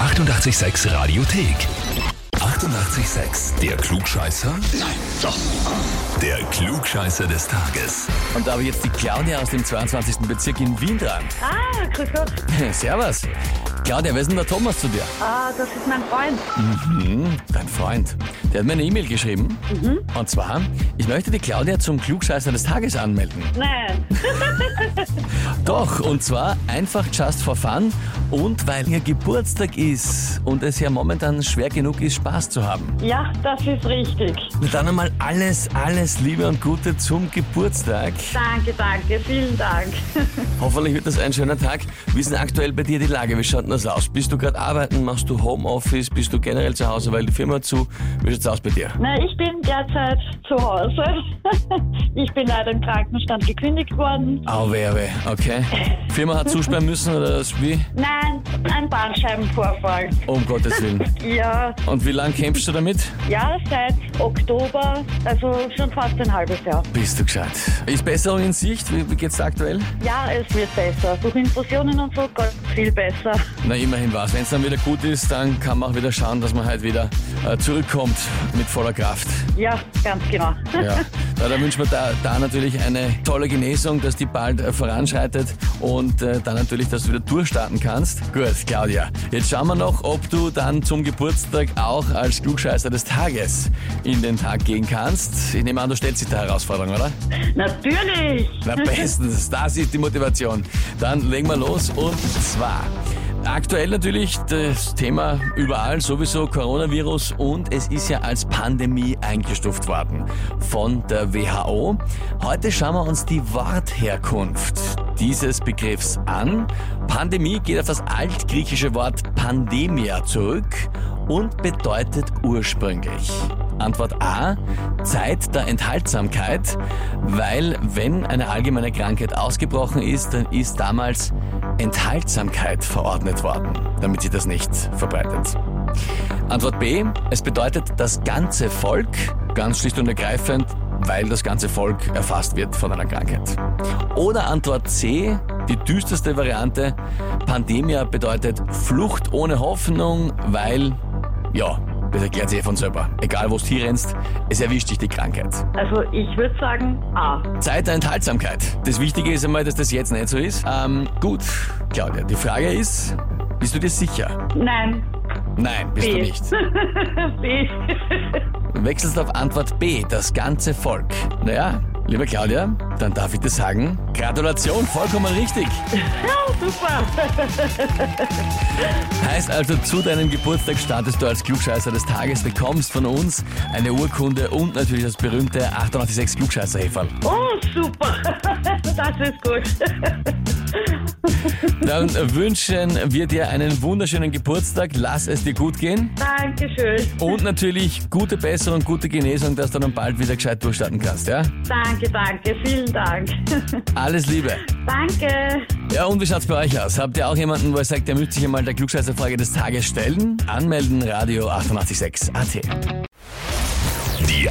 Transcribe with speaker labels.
Speaker 1: 886 Radiothek. 88,6. Der Klugscheißer? Nein, doch. Der Klugscheißer des Tages.
Speaker 2: Und da habe ich jetzt die Claudia aus dem 22. Bezirk in Wien dran.
Speaker 3: Ah, grüß Gott.
Speaker 2: Servus. Claudia, wer ist denn der Thomas zu dir?
Speaker 3: Ah, das ist mein Freund.
Speaker 2: Dein Freund. Der hat mir eine E-Mail geschrieben. Und zwar, ich möchte die Claudia zum Klugscheißer des Tages anmelden.
Speaker 3: Nein.
Speaker 2: Doch, und zwar einfach just for fun und weil ihr Geburtstag ist und es ja momentan schwer genug ist, Spaß zu haben.
Speaker 3: Ja, das ist richtig.
Speaker 2: Na dann einmal alles, alles Liebe und Gute zum Geburtstag.
Speaker 3: Danke, danke, vielen Dank.
Speaker 2: Hoffentlich wird das ein schöner Tag. Wie ist denn aktuell bei dir die Lage? Wie schaut denn das aus? Bist du gerade arbeiten? Machst du Homeoffice? Bist du generell zu Hause, weil die Firma hat zu? Wie schaut's aus bei dir?
Speaker 3: Na, ich bin derzeit zu Hause. Ich bin leider im Krankenstand gekündigt worden.
Speaker 2: Auwe, auwe, okay. Firma hat zusperren müssen oder das wie?
Speaker 3: Nein, ein Bandscheibenvorfall.
Speaker 2: Um Gottes Willen.
Speaker 3: Ja,
Speaker 2: Und wie lang kämpfst du damit?
Speaker 3: ja, seit Oktober, also schon fast ein halbes Jahr.
Speaker 2: Bist du gescheit. Ist Besserung in Sicht? Wie, wie geht's da aktuell?
Speaker 3: Ja, es wird besser. Durch Infusionen und so Gott, viel besser.
Speaker 2: Na, immerhin was. Wenn es dann wieder gut ist, dann kann man auch wieder schauen, dass man halt wieder äh, zurückkommt mit voller Kraft.
Speaker 3: Ja, ganz genau.
Speaker 2: Ja. Na, da wünschen wir da, da natürlich eine tolle Genesung, dass die bald äh, voranschreitet und äh, dann natürlich, dass du wieder durchstarten kannst. Gut, Claudia, jetzt schauen wir noch, ob du dann zum Geburtstag auch als Klugscheißer des Tages in den Tag gehen kannst. Ich nehme an, du stellst dich der Herausforderung, oder?
Speaker 3: Natürlich.
Speaker 2: Na bestens, das ist die Motivation. Dann legen wir los und zwar. Aktuell natürlich das Thema überall sowieso Coronavirus und es ist ja als Pandemie eingestuft worden von der WHO. Heute schauen wir uns die Wortherkunft dieses Begriffs an. Pandemie geht auf das altgriechische Wort Pandemia zurück und bedeutet ursprünglich Antwort A, Zeit der Enthaltsamkeit, weil wenn eine allgemeine Krankheit ausgebrochen ist, dann ist damals Enthaltsamkeit verordnet worden, damit sie das nicht verbreitet. Antwort B, es bedeutet das ganze Volk, ganz schlicht und ergreifend, weil das ganze Volk erfasst wird von einer Krankheit. Oder Antwort C, die düsterste Variante, Pandemia bedeutet Flucht ohne Hoffnung, weil ja, das erklärt sich eh von selber. Egal, wo du hinrennst, es erwischt dich die Krankheit.
Speaker 3: Also ich würde sagen, ah.
Speaker 2: Zeit der Enthaltsamkeit. Das Wichtige ist einmal, dass das jetzt nicht so ist. Ähm, gut, Claudia, die Frage ist, bist du dir sicher?
Speaker 3: Nein,
Speaker 2: Nein, bist du
Speaker 3: B.
Speaker 2: nicht.
Speaker 3: B.
Speaker 2: Wechselst auf Antwort B, das ganze Volk. Naja, liebe Claudia, dann darf ich dir sagen, Gratulation, vollkommen richtig.
Speaker 3: Super.
Speaker 2: Heißt also, zu deinem Geburtstag startest du als Klugscheißer des Tages, bekommst von uns eine Urkunde und natürlich das berühmte 886 klugscheißer -Häferl.
Speaker 3: Oh, super. Das ist gut.
Speaker 2: Dann wünschen wir dir einen wunderschönen Geburtstag. Lass es dir gut gehen.
Speaker 3: Dankeschön.
Speaker 2: Und natürlich gute Besserung, gute Genesung, dass du dann bald wieder gescheit durchstarten kannst. Ja?
Speaker 3: Danke, danke. Vielen Dank.
Speaker 2: Alles Liebe.
Speaker 3: Danke.
Speaker 2: Ja, und wie schaut's bei euch aus? Habt ihr auch jemanden, wo ihr sagt, der müsste sich einmal der Klugscheißerfrage des Tages stellen? Anmelden, Radio 886 AT.
Speaker 1: Die